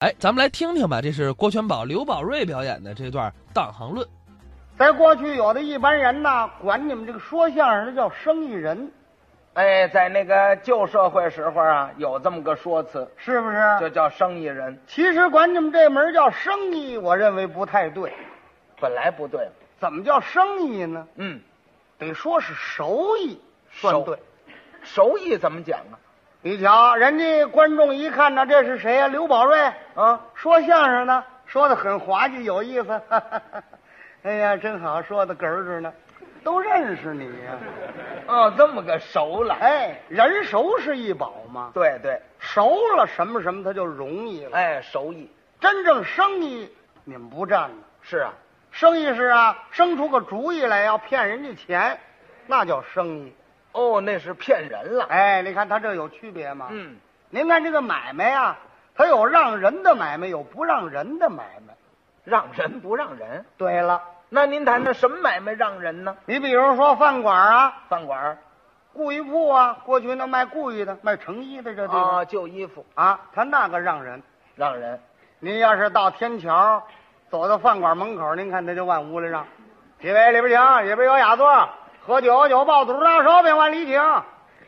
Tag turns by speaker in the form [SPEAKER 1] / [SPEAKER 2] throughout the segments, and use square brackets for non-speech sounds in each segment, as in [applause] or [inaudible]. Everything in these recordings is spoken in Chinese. [SPEAKER 1] 哎，咱们来听听吧，这是郭全宝、刘宝瑞表演的这段《当行论》。
[SPEAKER 2] 在过去，有的一般人呐，管你们这个说相声的叫生意人，
[SPEAKER 3] 哎，在那个旧社会时候啊，有这么个说辞，
[SPEAKER 2] 是不？
[SPEAKER 3] 就是叫生意人。
[SPEAKER 2] 其实管你们这门叫生意，我认为不太对。
[SPEAKER 3] 本来不对，
[SPEAKER 2] 怎么叫生意呢？
[SPEAKER 3] 嗯，
[SPEAKER 2] 得说是手艺算
[SPEAKER 3] 手
[SPEAKER 2] 对。
[SPEAKER 3] 手艺怎么讲啊？
[SPEAKER 2] 你瞧，人家观众一看呢，这是谁呀、刘宝瑞
[SPEAKER 3] 啊，
[SPEAKER 2] 说相声呢，说的很滑稽，有意思。 [laughs] 哎呀，真好，说的哏儿着呢，都认识你呀、
[SPEAKER 3] 哦，这么个熟了。
[SPEAKER 2] 哎，人熟是一宝嘛，
[SPEAKER 3] 对对，
[SPEAKER 2] 熟了什么什么，它就容易了。
[SPEAKER 3] 哎，手艺
[SPEAKER 2] 真正生意你们不占呢，
[SPEAKER 3] 是啊，
[SPEAKER 2] 生意是啊，生出个主意来要骗人家钱，那叫生意。
[SPEAKER 3] 哦，那是骗人了。
[SPEAKER 2] 哎，你看他这有区别吗？，
[SPEAKER 3] 嗯，
[SPEAKER 2] 您看这个买卖啊，它有让人的买卖，有不让人的买卖。
[SPEAKER 3] 让人不让人？
[SPEAKER 2] 对了，
[SPEAKER 3] 那您谈谈什么买卖让人呢？
[SPEAKER 2] 你比如说饭馆啊，
[SPEAKER 3] 饭馆儿
[SPEAKER 2] 故衣铺啊，过去那卖故意的、卖成衣的这地方
[SPEAKER 3] 啊，旧衣服
[SPEAKER 2] 啊，他那个让人。
[SPEAKER 3] 让人，
[SPEAKER 2] 您要是到天桥，走到饭馆门口，您看他就往屋里让，几位里边请，里边有雅座，喝酒酒爆肚大烧饼往里请，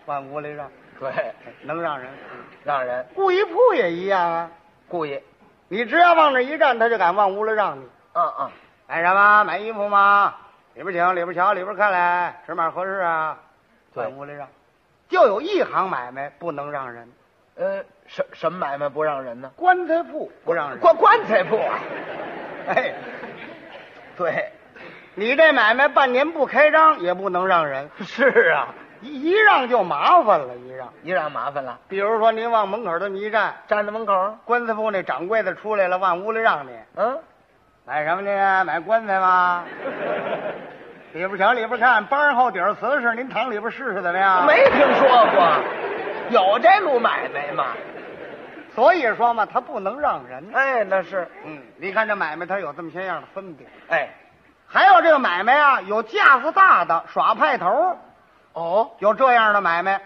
[SPEAKER 2] 往屋里让，
[SPEAKER 3] 对，
[SPEAKER 2] 能让人。
[SPEAKER 3] 让人
[SPEAKER 2] 故衣铺也一样啊，
[SPEAKER 3] 故意，
[SPEAKER 2] 你只要往那一站，他就敢往屋里让你。
[SPEAKER 3] 嗯嗯，
[SPEAKER 2] 买什么？买衣服吗？里边请，里边瞧，里边看来，尺码合适啊。
[SPEAKER 3] 对
[SPEAKER 2] 往屋里让，就有一行买卖不能让人，
[SPEAKER 3] 呃，什什么买卖不让人呢？
[SPEAKER 2] 棺材铺不让人。
[SPEAKER 3] 棺棺材铺啊，
[SPEAKER 2] [laughs] 哎，
[SPEAKER 3] 对，
[SPEAKER 2] 你这买卖半年不开张也不能让人。
[SPEAKER 3] [laughs] 是啊，
[SPEAKER 2] 一一让就麻烦了，一让。
[SPEAKER 3] 你让麻烦了，
[SPEAKER 2] 比如说，您往门口这么一站，
[SPEAKER 3] 站在门口，
[SPEAKER 2] 棺材铺那掌柜的出来了，往屋里让你
[SPEAKER 3] 嗯，
[SPEAKER 2] 买什么去？啊买棺材吗？ [laughs] 里边瞧，里边看，帮上后底儿瓷实，您躺里边试试怎么样？
[SPEAKER 3] 没听说过，有这路买卖吗？
[SPEAKER 2] 所以说嘛，他不能让人。
[SPEAKER 3] 哎，那是，
[SPEAKER 2] 嗯，你看这买卖，它有这么些样的分别。
[SPEAKER 3] 哎，
[SPEAKER 2] 还有这个买卖啊，有架子大的耍派头，
[SPEAKER 3] 哦，
[SPEAKER 2] 有这样的买卖。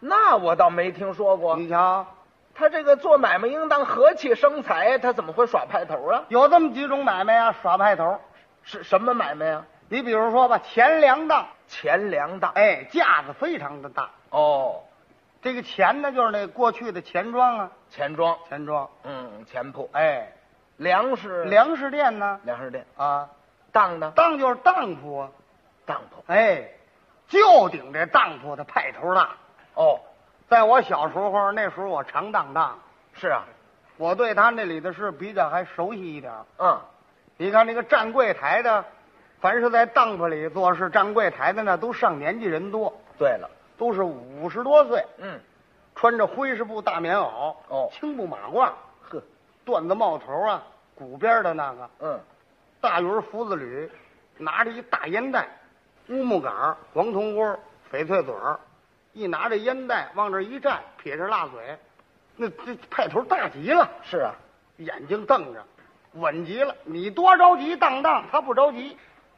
[SPEAKER 3] 那我倒没听说过，
[SPEAKER 2] 你瞧，
[SPEAKER 3] 他这个做买卖应当和气生财，他怎么会耍派头啊？
[SPEAKER 2] 有这么几种买卖啊，耍派头。
[SPEAKER 3] 是什么买卖啊？
[SPEAKER 2] 你比如说吧，钱粮当，
[SPEAKER 3] 钱粮当，
[SPEAKER 2] 哎，架子非常的大。
[SPEAKER 3] 哦，
[SPEAKER 2] 这个钱呢，就是那过去的钱庄啊，
[SPEAKER 3] 钱庄，
[SPEAKER 2] 钱庄，
[SPEAKER 3] 嗯，钱铺，
[SPEAKER 2] 哎，
[SPEAKER 3] 粮食，
[SPEAKER 2] 粮食店呢，
[SPEAKER 3] 粮食店，
[SPEAKER 2] 啊，
[SPEAKER 3] 当呢？
[SPEAKER 2] 当就是当铺啊，
[SPEAKER 3] 当铺，
[SPEAKER 2] 哎，就顶这当铺的派头大。
[SPEAKER 3] 哦，
[SPEAKER 2] 在我小时候，那时候我常当当，
[SPEAKER 3] 是啊，
[SPEAKER 2] 我对他那里的事比较还熟悉一点儿。
[SPEAKER 3] 嗯，
[SPEAKER 2] 你看那个站柜台的，凡是在当铺里做事站柜台的呢，都上年纪人多，
[SPEAKER 3] 对了，
[SPEAKER 2] 都是五十多岁，
[SPEAKER 3] 嗯，
[SPEAKER 2] 穿着灰式布大棉袄，
[SPEAKER 3] 哦
[SPEAKER 2] 青布马褂，
[SPEAKER 3] 呵，
[SPEAKER 2] 缎子帽头啊，鼓边的那个，
[SPEAKER 3] 嗯，
[SPEAKER 2] 大云福子履，拿着一大烟袋，乌木杆儿黄铜锅儿，翡翠嘴儿，一拿着烟袋往这一站，撇着辣嘴，那这派头大极了，
[SPEAKER 3] 是啊，
[SPEAKER 2] 眼睛瞪着，稳极了。你多着急当当，他不着急，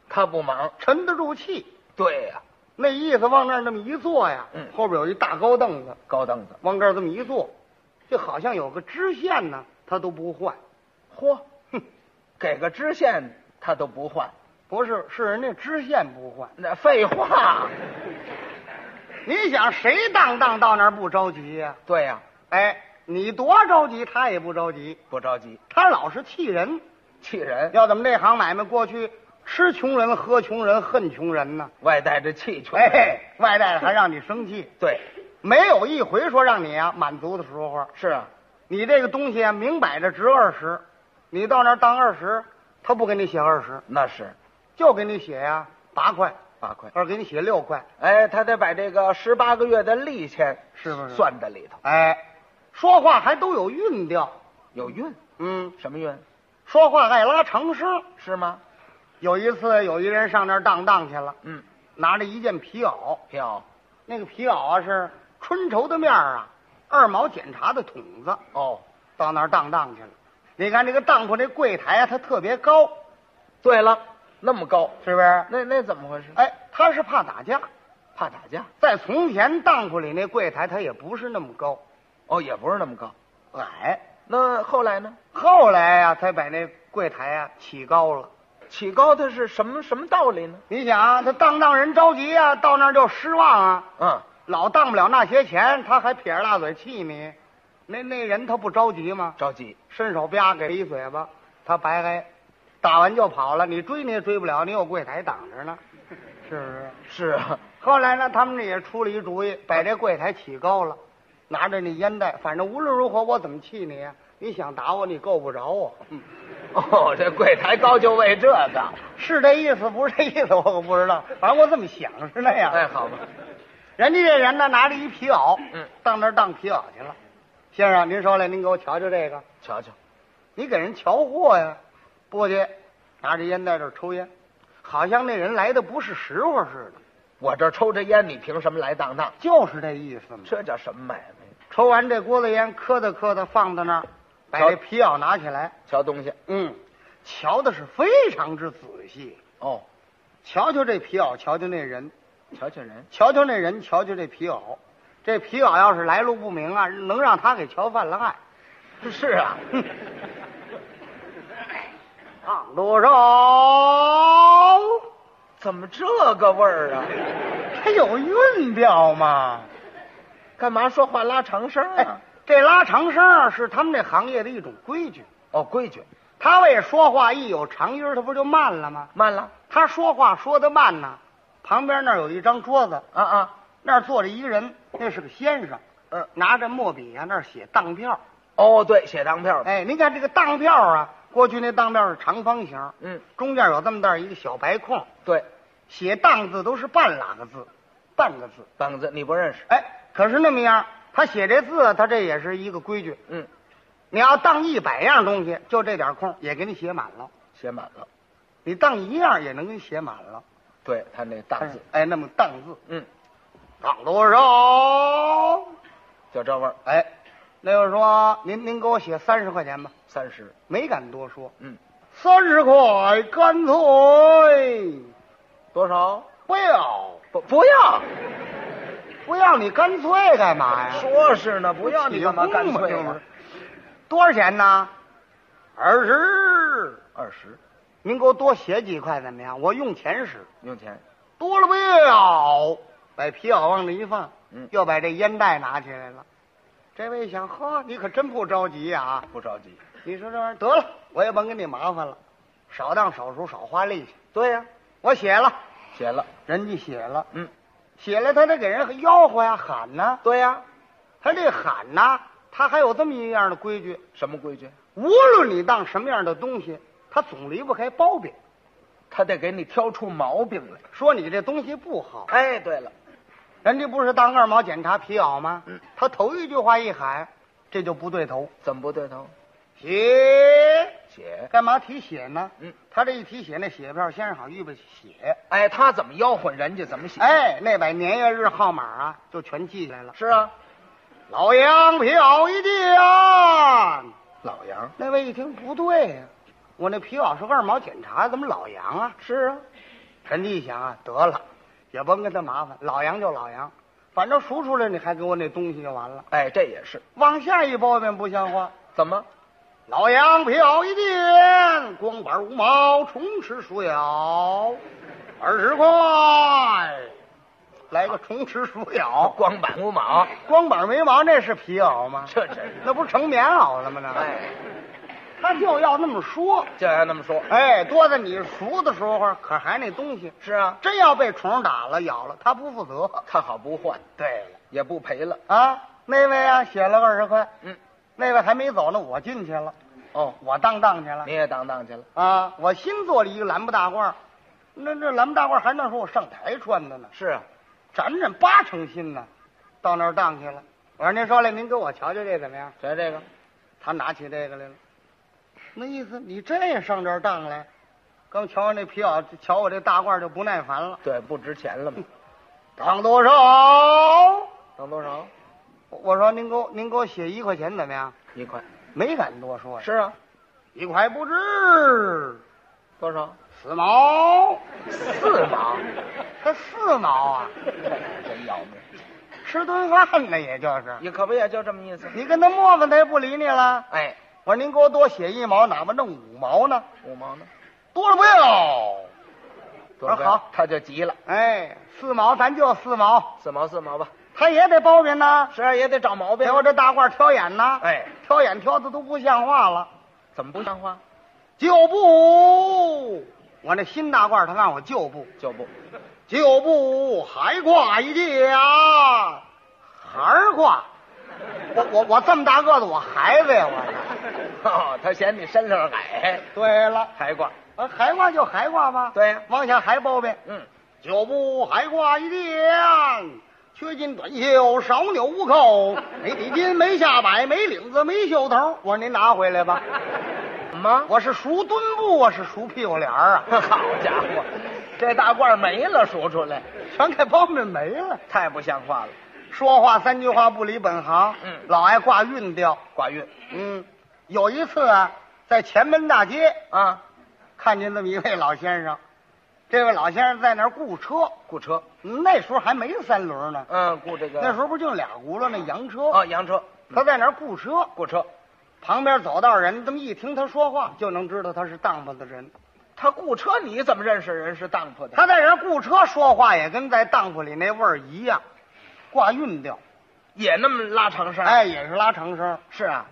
[SPEAKER 3] 他不忙，
[SPEAKER 2] 沉得住气。
[SPEAKER 3] 对呀、
[SPEAKER 2] 那意思往那儿那么一坐呀，
[SPEAKER 3] 嗯
[SPEAKER 2] 后边有一大高凳子，
[SPEAKER 3] 高凳子，
[SPEAKER 2] 往这儿这么一坐，就好像有个支线呢，他都不换。
[SPEAKER 3] 嚯，
[SPEAKER 2] 哼，
[SPEAKER 3] 给个支线他都不换，
[SPEAKER 2] 不是，是人家支线不换。
[SPEAKER 3] 那废话，
[SPEAKER 2] 你想谁当当到那儿不着急呀、
[SPEAKER 3] 对呀、
[SPEAKER 2] 哎，你多着急，他也不着急，
[SPEAKER 3] 不着急，
[SPEAKER 2] 他老是气人。
[SPEAKER 3] 气人，
[SPEAKER 2] 要怎么这行买卖过去，吃穷人、喝穷人、恨穷人呢？
[SPEAKER 3] 外带着气球，
[SPEAKER 2] 哎，外带的还让你生气，
[SPEAKER 3] 对，
[SPEAKER 2] 没有一回说让你啊满足的时候。
[SPEAKER 3] 是啊，
[SPEAKER 2] 你这个东西啊，明摆着值二十，你到那儿当二十，他不给你写二十，
[SPEAKER 3] 那是
[SPEAKER 2] 就给你写呀、八块，
[SPEAKER 3] 八块，
[SPEAKER 2] 或者给你写六块。
[SPEAKER 3] 哎，他得把这个十八个月的利钱
[SPEAKER 2] 是不是
[SPEAKER 3] 算在里头？
[SPEAKER 2] 哎，说话还都有韵调，
[SPEAKER 3] 有运，
[SPEAKER 2] 嗯，
[SPEAKER 3] 什么运？
[SPEAKER 2] 说话爱拉长声。
[SPEAKER 3] 是吗？
[SPEAKER 2] 有一次，有一人上那儿当当去了，
[SPEAKER 3] 嗯，
[SPEAKER 2] 拿着一件皮袄，
[SPEAKER 3] 票，
[SPEAKER 2] 那个皮袄啊是春绸的面儿啊，二毛检查的筒子，
[SPEAKER 3] 哦，
[SPEAKER 2] 到那儿当当去了。你看这个当铺这柜台啊，它特别高，
[SPEAKER 3] 对了，那么高，
[SPEAKER 2] 是不是？
[SPEAKER 3] 那那怎么回事？
[SPEAKER 2] 哎，他是怕打架。
[SPEAKER 3] 怕打架？
[SPEAKER 2] 在从前当铺里那柜台，它也不是那么高，
[SPEAKER 3] 哦，也不是那么高，
[SPEAKER 2] 矮，
[SPEAKER 3] 那后来呢？
[SPEAKER 2] 后来呀、才把那柜台啊起高了。
[SPEAKER 3] 起高它是什么什么道理呢？
[SPEAKER 2] 你想啊，他当当人着急啊，到那儿就失望啊，
[SPEAKER 3] 嗯，
[SPEAKER 2] 老当不了那些钱，他还撇着大嘴气你。那那人他不着急吗？
[SPEAKER 3] 着急，
[SPEAKER 2] 伸手啪给一嘴巴，他白挨，打完就跑了。你追你也追不了，你有柜台挡着呢， [laughs] 是不是？
[SPEAKER 3] 是啊，
[SPEAKER 2] 后来呢，他们也出了一主意，把这柜台起高了，拿着那烟袋，反正无论如何我怎么气你啊，你想打我你够不着我，嗯
[SPEAKER 3] 哦，这柜台高就为这个，
[SPEAKER 2] 是这意思不是这意思我可不知道，反正我这么想是那样。
[SPEAKER 3] 哎，好吧，
[SPEAKER 2] 人家这人呢，拿着一皮袄，
[SPEAKER 3] 嗯，
[SPEAKER 2] 到那儿当皮袄去了。先生，您说来，您给我瞧瞧这个，
[SPEAKER 3] 瞧瞧，
[SPEAKER 2] 你给人瞧货呀？不去，拿着烟在这儿抽烟，好像那人来的不是时候似的，
[SPEAKER 3] 我这抽着烟，你凭什么来当当？
[SPEAKER 2] 就是这意思嘛。
[SPEAKER 3] 这叫什么买卖？
[SPEAKER 2] 抽完这锅子烟，磕哒磕哒放在那儿，把这
[SPEAKER 3] 瞧
[SPEAKER 2] 皮袄拿起来，
[SPEAKER 3] 瞧东西，
[SPEAKER 2] 嗯，瞧的是非常之仔细，
[SPEAKER 3] 哦，
[SPEAKER 2] 瞧瞧这皮袄，瞧瞧那人，
[SPEAKER 3] 瞧瞧人，
[SPEAKER 2] 瞧瞧那人，瞧瞧这皮袄，这皮袄要是来路不明啊，能让他给瞧犯了案。
[SPEAKER 3] 是啊，
[SPEAKER 2] 唱多少？
[SPEAKER 3] 怎么这个味儿啊？
[SPEAKER 2] 它有韵调嘛？
[SPEAKER 3] 干嘛说话拉长声
[SPEAKER 2] 哎
[SPEAKER 3] 啊？，
[SPEAKER 2] 这拉长声啊是他们这行业的一种规矩。
[SPEAKER 3] 哦，规矩，
[SPEAKER 2] 他为说话一有长音儿，他不就慢了吗？
[SPEAKER 3] 慢了，
[SPEAKER 2] 他说话说得慢呐，旁边那儿有一张桌子，
[SPEAKER 3] 啊啊，
[SPEAKER 2] 那儿坐着一个人，那是个先生，
[SPEAKER 3] 嗯，
[SPEAKER 2] 拿着墨笔啊，那儿写当票。
[SPEAKER 3] 哦，对，写当票的，
[SPEAKER 2] 哎，您看这个当票啊，过去那当票是长方形，
[SPEAKER 3] 嗯，
[SPEAKER 2] 中间有这么大一个小白空，
[SPEAKER 3] 对，
[SPEAKER 2] 写当字都是半拉个字，半个字。
[SPEAKER 3] 半个字你不认识，
[SPEAKER 2] 哎，可是那么样，他写这字，他这也是一个规矩。
[SPEAKER 3] 嗯，
[SPEAKER 2] 你要当一百样东西，就这点空也给你写满了；
[SPEAKER 3] 写满了，
[SPEAKER 2] 你当一样也能给你写满了。
[SPEAKER 3] 对他那当字，
[SPEAKER 2] 哎，那么当字
[SPEAKER 3] 嗯，
[SPEAKER 2] 当多少？
[SPEAKER 3] 就这味儿，
[SPEAKER 2] 哎，那就说您您给我写三十块钱吧，
[SPEAKER 3] 三十，
[SPEAKER 2] 没敢多说，
[SPEAKER 3] 嗯，
[SPEAKER 2] 三十块干脆
[SPEAKER 3] 多少？
[SPEAKER 2] 不要，
[SPEAKER 3] 不不要，
[SPEAKER 2] 不要你干脆干嘛哎呀？
[SPEAKER 3] 说是呢，不要你干嘛干脆
[SPEAKER 2] 起哄嘛
[SPEAKER 3] 啊
[SPEAKER 2] 这？多少钱呢？二十。
[SPEAKER 3] 二十，
[SPEAKER 2] 您给我多写几块怎么样？我用钱使，
[SPEAKER 3] 用钱，
[SPEAKER 2] 多了不要。把皮袄往这一放，
[SPEAKER 3] 嗯
[SPEAKER 2] 又把这烟袋拿起来了。这位一想，呵，你可真不着急呀、啊！
[SPEAKER 3] 不着急，
[SPEAKER 2] 你说这玩意儿得了，我也甭跟你麻烦了，少当少数，少花力气。
[SPEAKER 3] 对呀、
[SPEAKER 2] 我写了，
[SPEAKER 3] 写了，
[SPEAKER 2] 人家写了，
[SPEAKER 3] 嗯，
[SPEAKER 2] 写了他得给人吆喝呀、喊呐。
[SPEAKER 3] 对呀、
[SPEAKER 2] 他这喊呐，他还有这么一样的规矩：
[SPEAKER 3] 什么规矩？
[SPEAKER 2] 无论你当什么样的东西，他总离不开包庇，
[SPEAKER 3] 他得给你挑出毛病来。
[SPEAKER 2] 说你这东西不好。
[SPEAKER 3] 哎，对了，
[SPEAKER 2] 人家不是当二毛检查皮袄吗？他头一句话一喊，这就不对头。
[SPEAKER 3] 怎么不对头？
[SPEAKER 2] 血，
[SPEAKER 3] 写，
[SPEAKER 2] 干嘛提血呢？
[SPEAKER 3] 嗯，
[SPEAKER 2] 他这一提血，那血票先生好预备血，
[SPEAKER 3] 哎，他怎么吆喝，人家怎么写？，
[SPEAKER 2] 哎，那把年月日号码啊，就全记下来了。
[SPEAKER 3] 是啊，
[SPEAKER 2] 老杨皮袄一啊件，
[SPEAKER 3] 老杨，
[SPEAKER 2] 那位一听不对呀、我那皮袄是二毛检查，怎么老杨啊？
[SPEAKER 3] 是啊，
[SPEAKER 2] 人家一想啊，得了，也甭跟他麻烦，老杨就老杨，反正赎出来你还给我那东西就完了。
[SPEAKER 3] 哎，这也是，
[SPEAKER 2] 往下一包便不像话。
[SPEAKER 3] 怎么？
[SPEAKER 2] 老羊飘一件，光板无毛，虫吃鼠咬，二十块，来个虫吃鼠咬。
[SPEAKER 3] 光板无毛， [laughs]
[SPEAKER 2] 光板没毛，那是皮袄吗？
[SPEAKER 3] 这真是，
[SPEAKER 2] 那不是成棉袄了吗？那，
[SPEAKER 3] 哎，
[SPEAKER 2] 他就要那么说。
[SPEAKER 3] 就要那么说，
[SPEAKER 2] 哎，多在你熟的时候，可还那东西，
[SPEAKER 3] 是啊，
[SPEAKER 2] 真要被虫打了、咬了，他不负责。
[SPEAKER 3] 看好不换，
[SPEAKER 2] 对了，
[SPEAKER 3] 也不赔了。
[SPEAKER 2] 啊，那位啊，写了二十块，
[SPEAKER 3] 嗯，
[SPEAKER 2] 那位还没走呢，我进去了，
[SPEAKER 3] 哦，
[SPEAKER 2] 我当当去了
[SPEAKER 3] 你。也当当去了，
[SPEAKER 2] 啊，我新做了一个蓝布大褂儿，那那蓝布大褂儿还那时候我上台穿的呢，
[SPEAKER 3] 是啊，
[SPEAKER 2] 整整八成新呢，到那儿当去了。我说您说来，您给我瞧瞧这怎么样？
[SPEAKER 3] 瞧这个，
[SPEAKER 2] 他拿起这个来了，那意思你这也上这儿当来？刚瞧完那皮袄，瞧我这大褂儿就不耐烦了。
[SPEAKER 3] 对，不值钱了嘛，
[SPEAKER 2] 当多少？
[SPEAKER 3] 当多少？
[SPEAKER 2] 我说您给我您给我写一块钱怎么样？
[SPEAKER 3] 一块，
[SPEAKER 2] 没敢多说呀，
[SPEAKER 3] 是啊，
[SPEAKER 2] 一块不值，
[SPEAKER 3] 多少？
[SPEAKER 2] 四毛，
[SPEAKER 3] 四毛， [laughs]
[SPEAKER 2] 他四毛啊。
[SPEAKER 3] 真要命，
[SPEAKER 2] 吃顿饭呢，也就是
[SPEAKER 3] 也可不也就这么意思。
[SPEAKER 2] 你跟他磨蹭，他也不理你了。
[SPEAKER 3] 哎，
[SPEAKER 2] 我说您给我多写一毛，哪怕弄五毛呢？
[SPEAKER 3] 五毛呢？
[SPEAKER 2] 多了不要。
[SPEAKER 3] 我说
[SPEAKER 2] 准备了
[SPEAKER 3] 好，他就急了，
[SPEAKER 2] 哎，四毛咱就四毛，
[SPEAKER 3] 四毛四毛吧，
[SPEAKER 2] 他也得包贬呐。
[SPEAKER 3] 是啊，也得找毛病
[SPEAKER 2] 给。我这大褂挑眼呐，
[SPEAKER 3] 哎，
[SPEAKER 2] 挑眼挑的都不像话了。
[SPEAKER 3] 怎么不像话？
[SPEAKER 2] 就不，我那新大褂他让我旧布，
[SPEAKER 3] 就不
[SPEAKER 2] 旧布还挂一架，孩儿挂。我我我这么大个子，我孩子呀，我。
[SPEAKER 3] [laughs] 哦，他嫌你身上矮，
[SPEAKER 2] 对了，
[SPEAKER 3] 还挂。
[SPEAKER 2] 啊，还挂就还挂吧。
[SPEAKER 3] 对呀
[SPEAKER 2] 往下还包呗。
[SPEAKER 3] 嗯，
[SPEAKER 2] 九步还挂一件，缺斤短袖，少纽无扣，没底襟，没下摆，没领子，没袖头。我说您拿回来吧，
[SPEAKER 3] 什么？
[SPEAKER 2] 我是熟墩布，我是熟屁股帘 [laughs] 儿啊，
[SPEAKER 3] 好家伙，这大褂没了，数出来，
[SPEAKER 2] 全给包面没了。
[SPEAKER 3] 太不像话了。
[SPEAKER 2] 说话三句话不离本行，
[SPEAKER 3] 嗯
[SPEAKER 2] 老爱挂韵调。
[SPEAKER 3] 挂运
[SPEAKER 2] 嗯，有一次啊，在前门大街
[SPEAKER 3] 啊，
[SPEAKER 2] 看见这么一位老先生，这位老先生在那儿雇车，
[SPEAKER 3] 雇车，
[SPEAKER 2] 那时候还没三轮呢，
[SPEAKER 3] 嗯，雇这个
[SPEAKER 2] 那时候不就俩轱辘那洋车
[SPEAKER 3] 哦，洋车，
[SPEAKER 2] 他在那儿雇车，
[SPEAKER 3] 雇车，
[SPEAKER 2] 旁边走道人这么一听他说话，就能知道他是当铺的人。
[SPEAKER 3] 他雇车，你怎么认识人是当铺的？
[SPEAKER 2] 他在那儿雇车说话，也跟在当铺里那味儿一样，挂韵调，
[SPEAKER 3] 也那么拉长声？，
[SPEAKER 2] 哎，也是拉长声。
[SPEAKER 3] 是啊，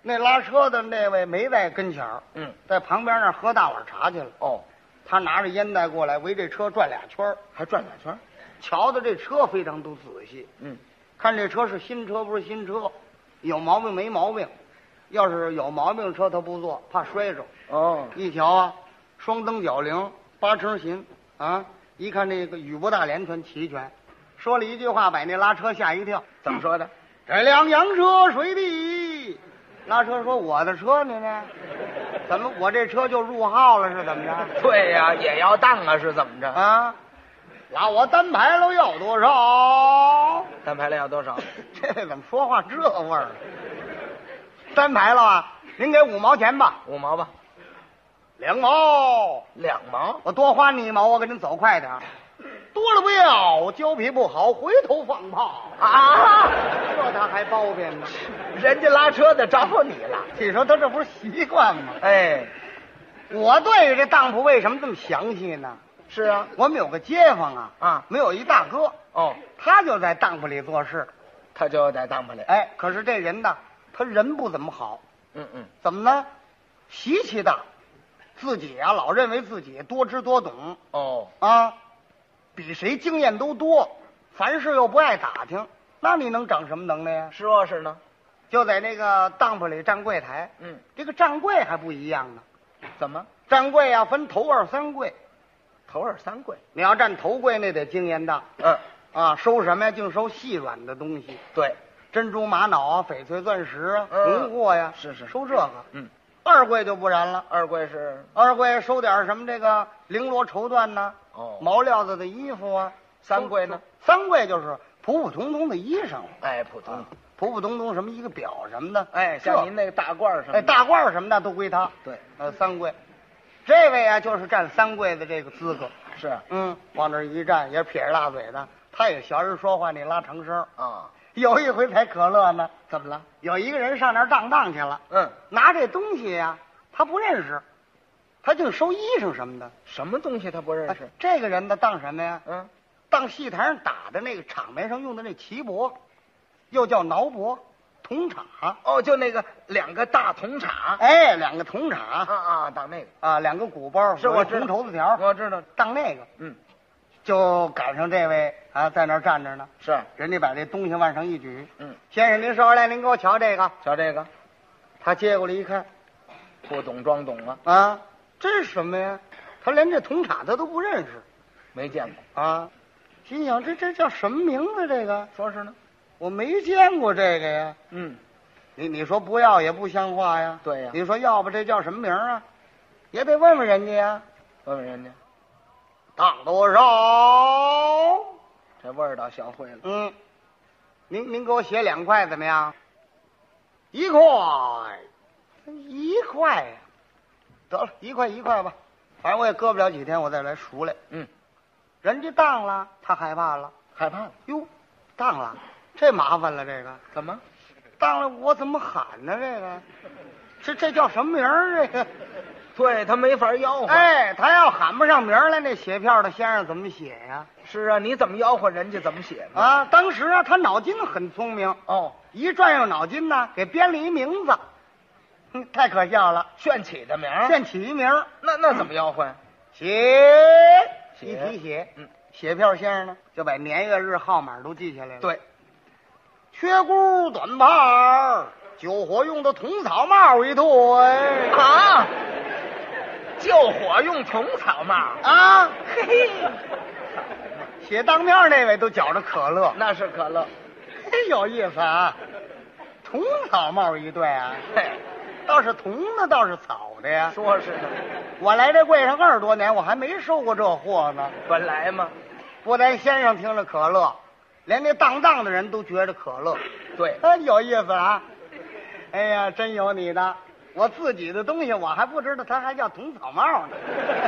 [SPEAKER 2] 那拉车的那位没在跟前儿，
[SPEAKER 3] 嗯，
[SPEAKER 2] 在旁边那儿喝大碗茶去了。
[SPEAKER 3] 哦，
[SPEAKER 2] 他拿着烟袋过来，围这车转俩圈儿
[SPEAKER 3] 还转两圈，
[SPEAKER 2] 瞧的这车非常都仔细，
[SPEAKER 3] 嗯，
[SPEAKER 2] 看这车是新车不是新车，有毛病没毛病。要是有毛病的车他不坐，怕摔着。
[SPEAKER 3] 哦，
[SPEAKER 2] 一瞧啊，双蹬脚铃，八成新啊！一看这个雨不大连全齐全，说了一句话，把那拉车吓一跳。
[SPEAKER 3] 怎么说的？
[SPEAKER 2] 这辆洋车谁的？拉车说我的车呢呢？怎么我这车就入号了是怎么着？
[SPEAKER 3] 对呀、也要当啊，是怎么着？
[SPEAKER 2] 啊，拉我单排了要多少？
[SPEAKER 3] 单排量要多少？
[SPEAKER 2] 这怎么说话这味儿？单排了啊，您给五毛钱吧，
[SPEAKER 3] 五毛吧，
[SPEAKER 2] 两毛。
[SPEAKER 3] 两毛，
[SPEAKER 2] 我多花你一毛，我给您走快点儿，多了不要，胶皮不好，回头放炮
[SPEAKER 3] 啊
[SPEAKER 2] 这他还包贬呢？
[SPEAKER 3] 人家拉车的找你了。
[SPEAKER 2] 你说他这不是习惯吗？
[SPEAKER 3] 哎，
[SPEAKER 2] 我对这当铺为什么这么详细呢？
[SPEAKER 3] 是啊，
[SPEAKER 2] 我们有个街坊啊，
[SPEAKER 3] 啊
[SPEAKER 2] 没有一大哥，
[SPEAKER 3] 哦，
[SPEAKER 2] 他就在当铺里做事。
[SPEAKER 3] 他就在当铺里。
[SPEAKER 2] 哎，可是这人呢，他人不怎么好，
[SPEAKER 3] 嗯嗯，
[SPEAKER 2] 怎么呢？习气大，自己啊老认为自己多知多懂
[SPEAKER 3] 哦，
[SPEAKER 2] 啊，比谁经验都多，凡事又不爱打听，那你能长什么能耐呀？
[SPEAKER 3] 说是呢。
[SPEAKER 2] 就在那个当铺里站柜台，
[SPEAKER 3] 嗯，
[SPEAKER 2] 这个站柜还不一样呢。
[SPEAKER 3] 怎么
[SPEAKER 2] 站柜啊，分头二三柜，
[SPEAKER 3] 头二三贵？
[SPEAKER 2] 你要站头柜那得经验大
[SPEAKER 3] 嗯，
[SPEAKER 2] 啊，收什么呀？净收细软的东西，
[SPEAKER 3] 对，
[SPEAKER 2] 珍珠、玛瑙啊、翡翠、钻石啊、
[SPEAKER 3] 嗯
[SPEAKER 2] 荣货呀，
[SPEAKER 3] 是是
[SPEAKER 2] 收这个。
[SPEAKER 3] 嗯，
[SPEAKER 2] 二柜就不然了，
[SPEAKER 3] 二贵是
[SPEAKER 2] 二柜收点什么这个绫罗绸缎呐、
[SPEAKER 3] 哦
[SPEAKER 2] 毛料子的衣服啊。
[SPEAKER 3] 三柜呢？
[SPEAKER 2] 三柜就是普普通通的衣裳，
[SPEAKER 3] 哎，普通。
[SPEAKER 2] 啊，普普通通什么一个表什么的，
[SPEAKER 3] 哎，
[SPEAKER 2] 这
[SPEAKER 3] 像您那个大褂儿什么的？
[SPEAKER 2] 哎大褂儿什么的都归他。
[SPEAKER 3] 对，
[SPEAKER 2] 呃，三跪，这位啊，就是占三跪的这个资格。
[SPEAKER 3] 是啊
[SPEAKER 2] 嗯，往这儿一站，也撇着大嘴的，他也学人说话，你拉长声。
[SPEAKER 3] 啊，
[SPEAKER 2] 有一回才可乐呢，
[SPEAKER 3] 怎么了？
[SPEAKER 2] 有一个人上那儿当当去了，
[SPEAKER 3] 嗯，
[SPEAKER 2] 拿这东西呀、他不认识，他净收衣裳什么的。
[SPEAKER 3] 什么东西他不认识
[SPEAKER 2] 哎？这个人呢，当什么呀？
[SPEAKER 3] 嗯，
[SPEAKER 2] 当戏台上打的那个场面上用的那旗帛，又叫挠帛、铜镲。
[SPEAKER 3] 哦，就那个两个大铜镲，
[SPEAKER 2] 哎，两个铜
[SPEAKER 3] 啊
[SPEAKER 2] 镲
[SPEAKER 3] 啊，当那个，
[SPEAKER 2] 啊，两个鼓包，
[SPEAKER 3] 是我知
[SPEAKER 2] 铜
[SPEAKER 3] 道
[SPEAKER 2] 绸子条，
[SPEAKER 3] 我知道，
[SPEAKER 2] 当那个。
[SPEAKER 3] 嗯，
[SPEAKER 2] 就赶上这位啊，在那儿站着呢。
[SPEAKER 3] 是，
[SPEAKER 2] 人家把这东西往上一举，
[SPEAKER 3] 嗯，
[SPEAKER 2] 先生您收来，您给我瞧这个。
[SPEAKER 3] 瞧这个，
[SPEAKER 2] 他接过来一看，
[SPEAKER 3] 不懂装懂啊，
[SPEAKER 2] 啊，这是什么呀？他连这铜铲他都不认识
[SPEAKER 3] 没见过，
[SPEAKER 2] 啊，心想这这叫什么名字？这个
[SPEAKER 3] 说是呢，
[SPEAKER 2] 我没见过这个呀。
[SPEAKER 3] 嗯，
[SPEAKER 2] 你你说不要也不像话呀。
[SPEAKER 3] 对呀
[SPEAKER 2] 你说要不这叫什么名儿啊？也得问问人家呀。
[SPEAKER 3] 问问人家，
[SPEAKER 2] 当多少？
[SPEAKER 3] 这味儿倒学会了，
[SPEAKER 2] 嗯，您您给我写两块怎么样？一块，一块呀、得了，一块一块吧，反正我也搁不了几天，我再来赎来。
[SPEAKER 3] 嗯，
[SPEAKER 2] 人家当了，他害怕了，
[SPEAKER 3] 害怕了，
[SPEAKER 2] 哟，当了，这麻烦了，这个
[SPEAKER 3] 怎么？
[SPEAKER 2] 当了我怎么喊呢？这个，这这叫什么名儿？啊这个，
[SPEAKER 3] 对他没法吆喝。，
[SPEAKER 2] 哎，他要喊不上名儿来，那写票的先生怎么写呀、
[SPEAKER 3] 是啊，你怎么吆喝人家怎么写呢？
[SPEAKER 2] 啊，当时啊，他脑筋很聪明，
[SPEAKER 3] 哦，
[SPEAKER 2] 一转悠脑筋呢，给编了一名字，哼，太可笑了，
[SPEAKER 3] 炫起的名儿，
[SPEAKER 2] 现起一名儿，
[SPEAKER 3] 那那怎么吆喝呀？
[SPEAKER 2] 写
[SPEAKER 3] 写
[SPEAKER 2] 一提写，
[SPEAKER 3] 嗯，
[SPEAKER 2] 写票先生呢就把年月日号码都记下来了。，
[SPEAKER 3] 对，
[SPEAKER 2] 缺箍短褂儿，救火用的铜草帽一对。
[SPEAKER 3] 啊，救火用铜草帽，
[SPEAKER 2] 啊，嘿， [laughs] 写当面那位都觉着可乐，
[SPEAKER 3] 那是可乐。哎
[SPEAKER 2] 嘿，有意思啊，铜草帽一对啊，
[SPEAKER 3] 嘿，
[SPEAKER 2] 倒是铜的，倒是草的呀。
[SPEAKER 3] 说是呢，
[SPEAKER 2] 我来这柜上二十多年，我还没收过这货呢。
[SPEAKER 3] 本来嘛，
[SPEAKER 2] 不但先生听着可乐，连那当当的人都觉着可乐， [laughs]
[SPEAKER 3] 对，
[SPEAKER 2] 哎，有意思啊！哎呀，真有你的！我自己的东西我还不知道，它还叫铜草帽呢，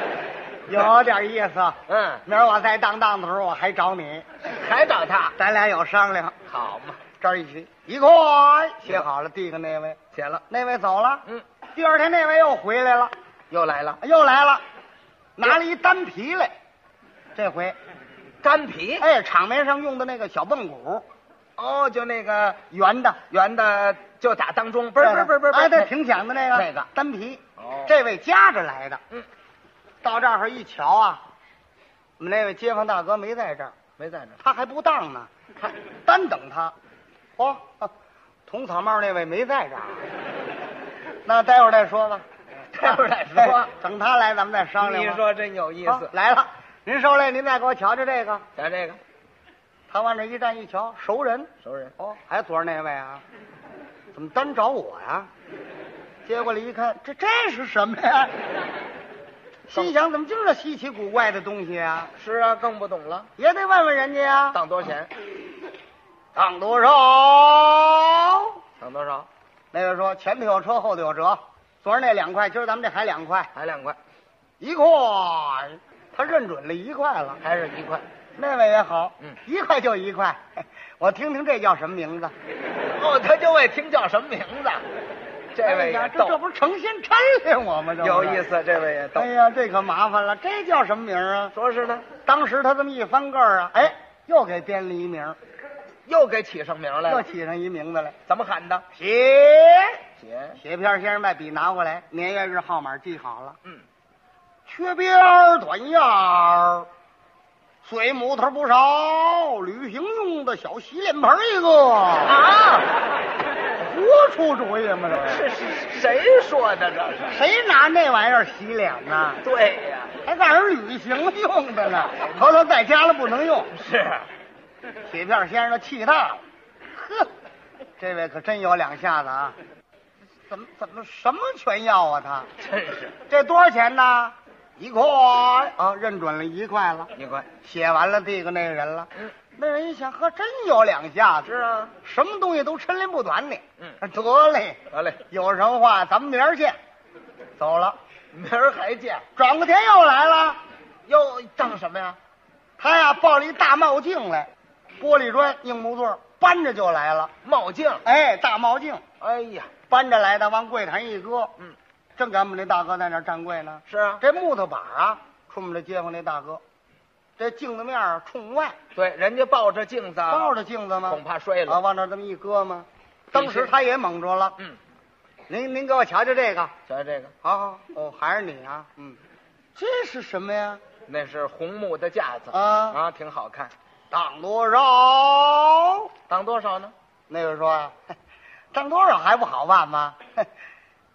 [SPEAKER 2] [laughs] 有点意思。
[SPEAKER 3] 嗯，
[SPEAKER 2] 明儿我再当当的时候，我还找你，
[SPEAKER 3] 还找他，
[SPEAKER 2] 咱俩有商量。
[SPEAKER 3] 好嘛，
[SPEAKER 2] 这儿一起，一块写好了，递给那位，
[SPEAKER 3] 写了，
[SPEAKER 2] 那位走了。
[SPEAKER 3] 嗯，
[SPEAKER 2] 第二天那位又回来了，
[SPEAKER 3] 又来了，
[SPEAKER 2] 又来了，拿了一单皮来，这回，
[SPEAKER 3] 干皮，
[SPEAKER 2] 哎，场面上用的那个小蹦鼓，
[SPEAKER 3] 哦，就那个
[SPEAKER 2] 圆的，
[SPEAKER 3] 圆的，就打当中，嘣嘣嘣嘣嘣，
[SPEAKER 2] 哎，对，挺响的那个，
[SPEAKER 3] 那个
[SPEAKER 2] 单皮，
[SPEAKER 3] 哦
[SPEAKER 2] 这位夹着来的，
[SPEAKER 3] 嗯，
[SPEAKER 2] 到这儿一瞧啊，我们那位街坊大哥没在这儿，
[SPEAKER 3] 没在这儿，
[SPEAKER 2] 他还不当呢，还单等他，嚯、哦，童草帽那位没在这儿，啊那待会儿再说吧，
[SPEAKER 3] 待会儿再说
[SPEAKER 2] 哎等他来咱们再商量吧。
[SPEAKER 3] 你说真有意
[SPEAKER 2] 好
[SPEAKER 3] 思，
[SPEAKER 2] 来了，您受累，您再给我瞧瞧这个。
[SPEAKER 3] 咱这个
[SPEAKER 2] 他往这一站一瞧，熟人，
[SPEAKER 3] 熟人，
[SPEAKER 2] 哦，还有昨儿那位啊？怎么单找我呀？接过来一看，这这是什么呀？ [laughs] 心想怎么就是稀奇古怪的东西啊？
[SPEAKER 3] 是啊，更不懂了，
[SPEAKER 2] 也得问问人家呀。
[SPEAKER 3] 当多少钱？
[SPEAKER 2] 当多少？
[SPEAKER 3] 当多少？
[SPEAKER 2] 那位说前头有车，后头有折。昨儿那两块，今儿咱们这还两块，
[SPEAKER 3] 还两块，
[SPEAKER 2] 一块。他认准了一块了。
[SPEAKER 3] 还是一块？
[SPEAKER 2] 那位也好，
[SPEAKER 3] 嗯
[SPEAKER 2] 一块就一块。 [laughs] 我听听这叫什么名字？
[SPEAKER 3] 哦，他就爱听叫什么名字？这位
[SPEAKER 2] 啊哎呀，
[SPEAKER 3] 也
[SPEAKER 2] 这这
[SPEAKER 3] 逗，
[SPEAKER 2] 不是成心抻练我吗？这不是
[SPEAKER 3] 有意。思，这位也逗
[SPEAKER 2] 哎。呀，这可麻烦了，这叫什么名儿啊？
[SPEAKER 3] 说是呢，
[SPEAKER 2] 当时他这么一翻盖儿啊，哎，又给编了一名儿，
[SPEAKER 3] 又给起上名来
[SPEAKER 2] 又
[SPEAKER 3] 了，
[SPEAKER 2] 起上一名字来。
[SPEAKER 3] 怎么喊的？
[SPEAKER 2] 写
[SPEAKER 3] 写，
[SPEAKER 2] 写票先生把笔拿过来，年月日号码记好了。
[SPEAKER 3] 嗯，
[SPEAKER 2] 缺边儿短样儿，水木头不少，旅行用的小洗脸盆儿一个，
[SPEAKER 3] 啊，
[SPEAKER 2] 胡出主意吗？这是
[SPEAKER 3] 这是谁说的？这是？
[SPEAKER 2] 谁拿那玩意儿洗脸呢？
[SPEAKER 3] 对呀，
[SPEAKER 2] 还在人旅行用的呢，回头在家了不能用。
[SPEAKER 3] 是啊，
[SPEAKER 2] 铁片先生气大了，呵，这位可真有两下子啊！怎么怎么什么全要啊他？
[SPEAKER 3] 真是
[SPEAKER 2] 这多少钱呢？一块啊，认准了一块了。
[SPEAKER 3] 一块。
[SPEAKER 2] 写完了递给那个人了，
[SPEAKER 3] 嗯，
[SPEAKER 2] 那人一想，呵，真有两下
[SPEAKER 3] 是
[SPEAKER 2] 子，
[SPEAKER 3] 啊，
[SPEAKER 2] 什么东西都抻连不短你。
[SPEAKER 3] 嗯，
[SPEAKER 2] 得嘞，
[SPEAKER 3] 得嘞，
[SPEAKER 2] 有什么话咱们明儿见。走了，
[SPEAKER 3] 明儿还见。
[SPEAKER 2] 转过天又来了，
[SPEAKER 3] 又当什么呀？
[SPEAKER 2] 他呀抱了一大帽镜来，玻璃砖硬木座，搬着就来了。
[SPEAKER 3] 冒镜。
[SPEAKER 2] 哎，大帽镜。
[SPEAKER 3] 哎呀，
[SPEAKER 2] 搬着来的，往柜台一搁。
[SPEAKER 3] 嗯，
[SPEAKER 2] 正赶我们那大哥在那儿站柜呢。
[SPEAKER 3] 是啊，
[SPEAKER 2] 这木头板啊，冲我们这街坊那大哥，这镜子面儿冲外，
[SPEAKER 3] 对，人家抱着镜子啊，
[SPEAKER 2] 抱着镜子吗？
[SPEAKER 3] 恐怕摔
[SPEAKER 2] 啊，
[SPEAKER 3] 了。
[SPEAKER 2] 往那儿这么一搁吗？当时他也懵住了。
[SPEAKER 3] 嗯，
[SPEAKER 2] 您您给我瞧瞧这个，
[SPEAKER 3] 瞧这个，
[SPEAKER 2] 好好哦，还是你啊，嗯，这是什么呀？
[SPEAKER 3] 那是红木的架子
[SPEAKER 2] 啊
[SPEAKER 3] 啊，挺好看。
[SPEAKER 2] 当多少？
[SPEAKER 3] 当多少呢？
[SPEAKER 2] 那个说呀，嘿当多少还不好办吗？嘿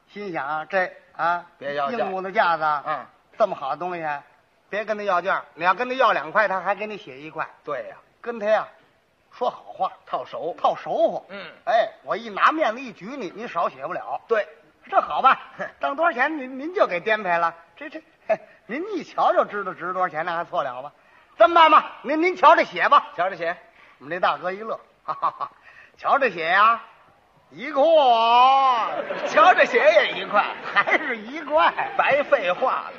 [SPEAKER 2] 心想啊这啊，
[SPEAKER 3] 别要价
[SPEAKER 2] 硬木的架子啊，
[SPEAKER 3] 嗯，
[SPEAKER 2] 这么好的东西，啊别跟他要价儿，你要跟他要两块，他还给你写一块。
[SPEAKER 3] 对呀，
[SPEAKER 2] 跟他呀，说好话，
[SPEAKER 3] 套手。
[SPEAKER 2] 套熟乎。
[SPEAKER 3] 嗯，
[SPEAKER 2] 哎，我一拿面子一举你，你少写不了。
[SPEAKER 3] 对，
[SPEAKER 2] 这好办，当多少钱您您就给颠沛了。这这，嘿您一瞧就知道值多少钱，那还错了吗？这么办吧，您您瞧着写吧。
[SPEAKER 3] 瞧着写，
[SPEAKER 2] 我们这大哥一乐，哈哈哈，瞧着写呀、一块，
[SPEAKER 3] 瞧着写也一块，
[SPEAKER 2] 还是一块。 [laughs]
[SPEAKER 3] 白废话了。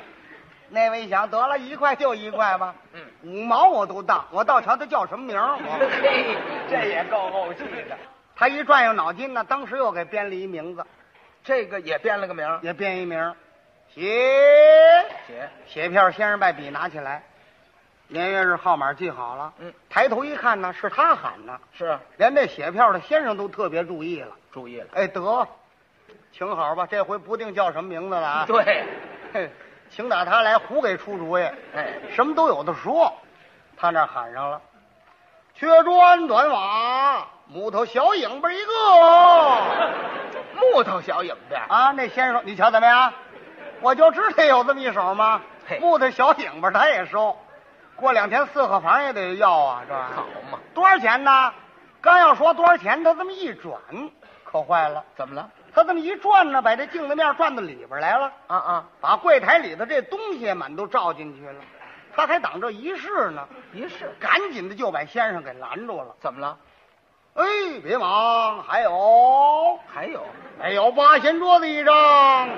[SPEAKER 2] 那位想得了一块就一块吧，
[SPEAKER 3] 嗯
[SPEAKER 2] 五毛我都当，我倒瞧他叫什么名儿。
[SPEAKER 3] [laughs]
[SPEAKER 2] 我
[SPEAKER 3] 嘿，这也够傲气的。
[SPEAKER 2] 他一转悠脑筋呢，当时又给编了一名字，
[SPEAKER 3] 这个也编了个名儿，
[SPEAKER 2] 也编一名儿，写
[SPEAKER 3] 写
[SPEAKER 2] 写票先生把笔拿起来，年月日号码记好了。
[SPEAKER 3] 嗯，
[SPEAKER 2] 抬头一看呢，是他喊的，
[SPEAKER 3] 是
[SPEAKER 2] 连这写票的先生都特别注意了。
[SPEAKER 3] 注意了。
[SPEAKER 2] 哎，得，请好吧，这回不定叫什么名字了啊。
[SPEAKER 3] 对，
[SPEAKER 2] 嘿， [laughs] 请打他来，胡给出主意，
[SPEAKER 3] 哎，
[SPEAKER 2] 什么都有的说。他那喊上了，缺砖短瓦，木头小影子一个。
[SPEAKER 3] 木头小影子啊，
[SPEAKER 2] 啊，那先生，你瞧怎么样？我就知道有这么一手嘛
[SPEAKER 3] 嘿。
[SPEAKER 2] 木头小影子他也收，过两天四合房也得要啊，这玩意儿
[SPEAKER 3] 好嘛？
[SPEAKER 2] 多少钱呢？刚要说多少钱，他这么一转，可坏了。
[SPEAKER 3] 怎么了？
[SPEAKER 2] 他这么一转呢，把这镜子面转到里边来了，
[SPEAKER 3] 啊啊，
[SPEAKER 2] 把柜台里头这东西满都照进去了。他还挡这一试呢，
[SPEAKER 3] 一试
[SPEAKER 2] 赶紧的就把先生给拦住了。
[SPEAKER 3] 怎么了？
[SPEAKER 2] 哎，别忙，还有
[SPEAKER 3] 还有
[SPEAKER 2] 还有八仙桌子一张，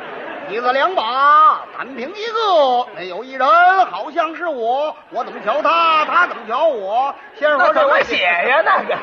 [SPEAKER 2] 椅子两把，单凭一个。那有一人好像是我，我怎么瞧他，他怎么瞧我？先生说
[SPEAKER 3] 那
[SPEAKER 2] 这
[SPEAKER 3] 怎么
[SPEAKER 2] 我
[SPEAKER 3] 写呀？那个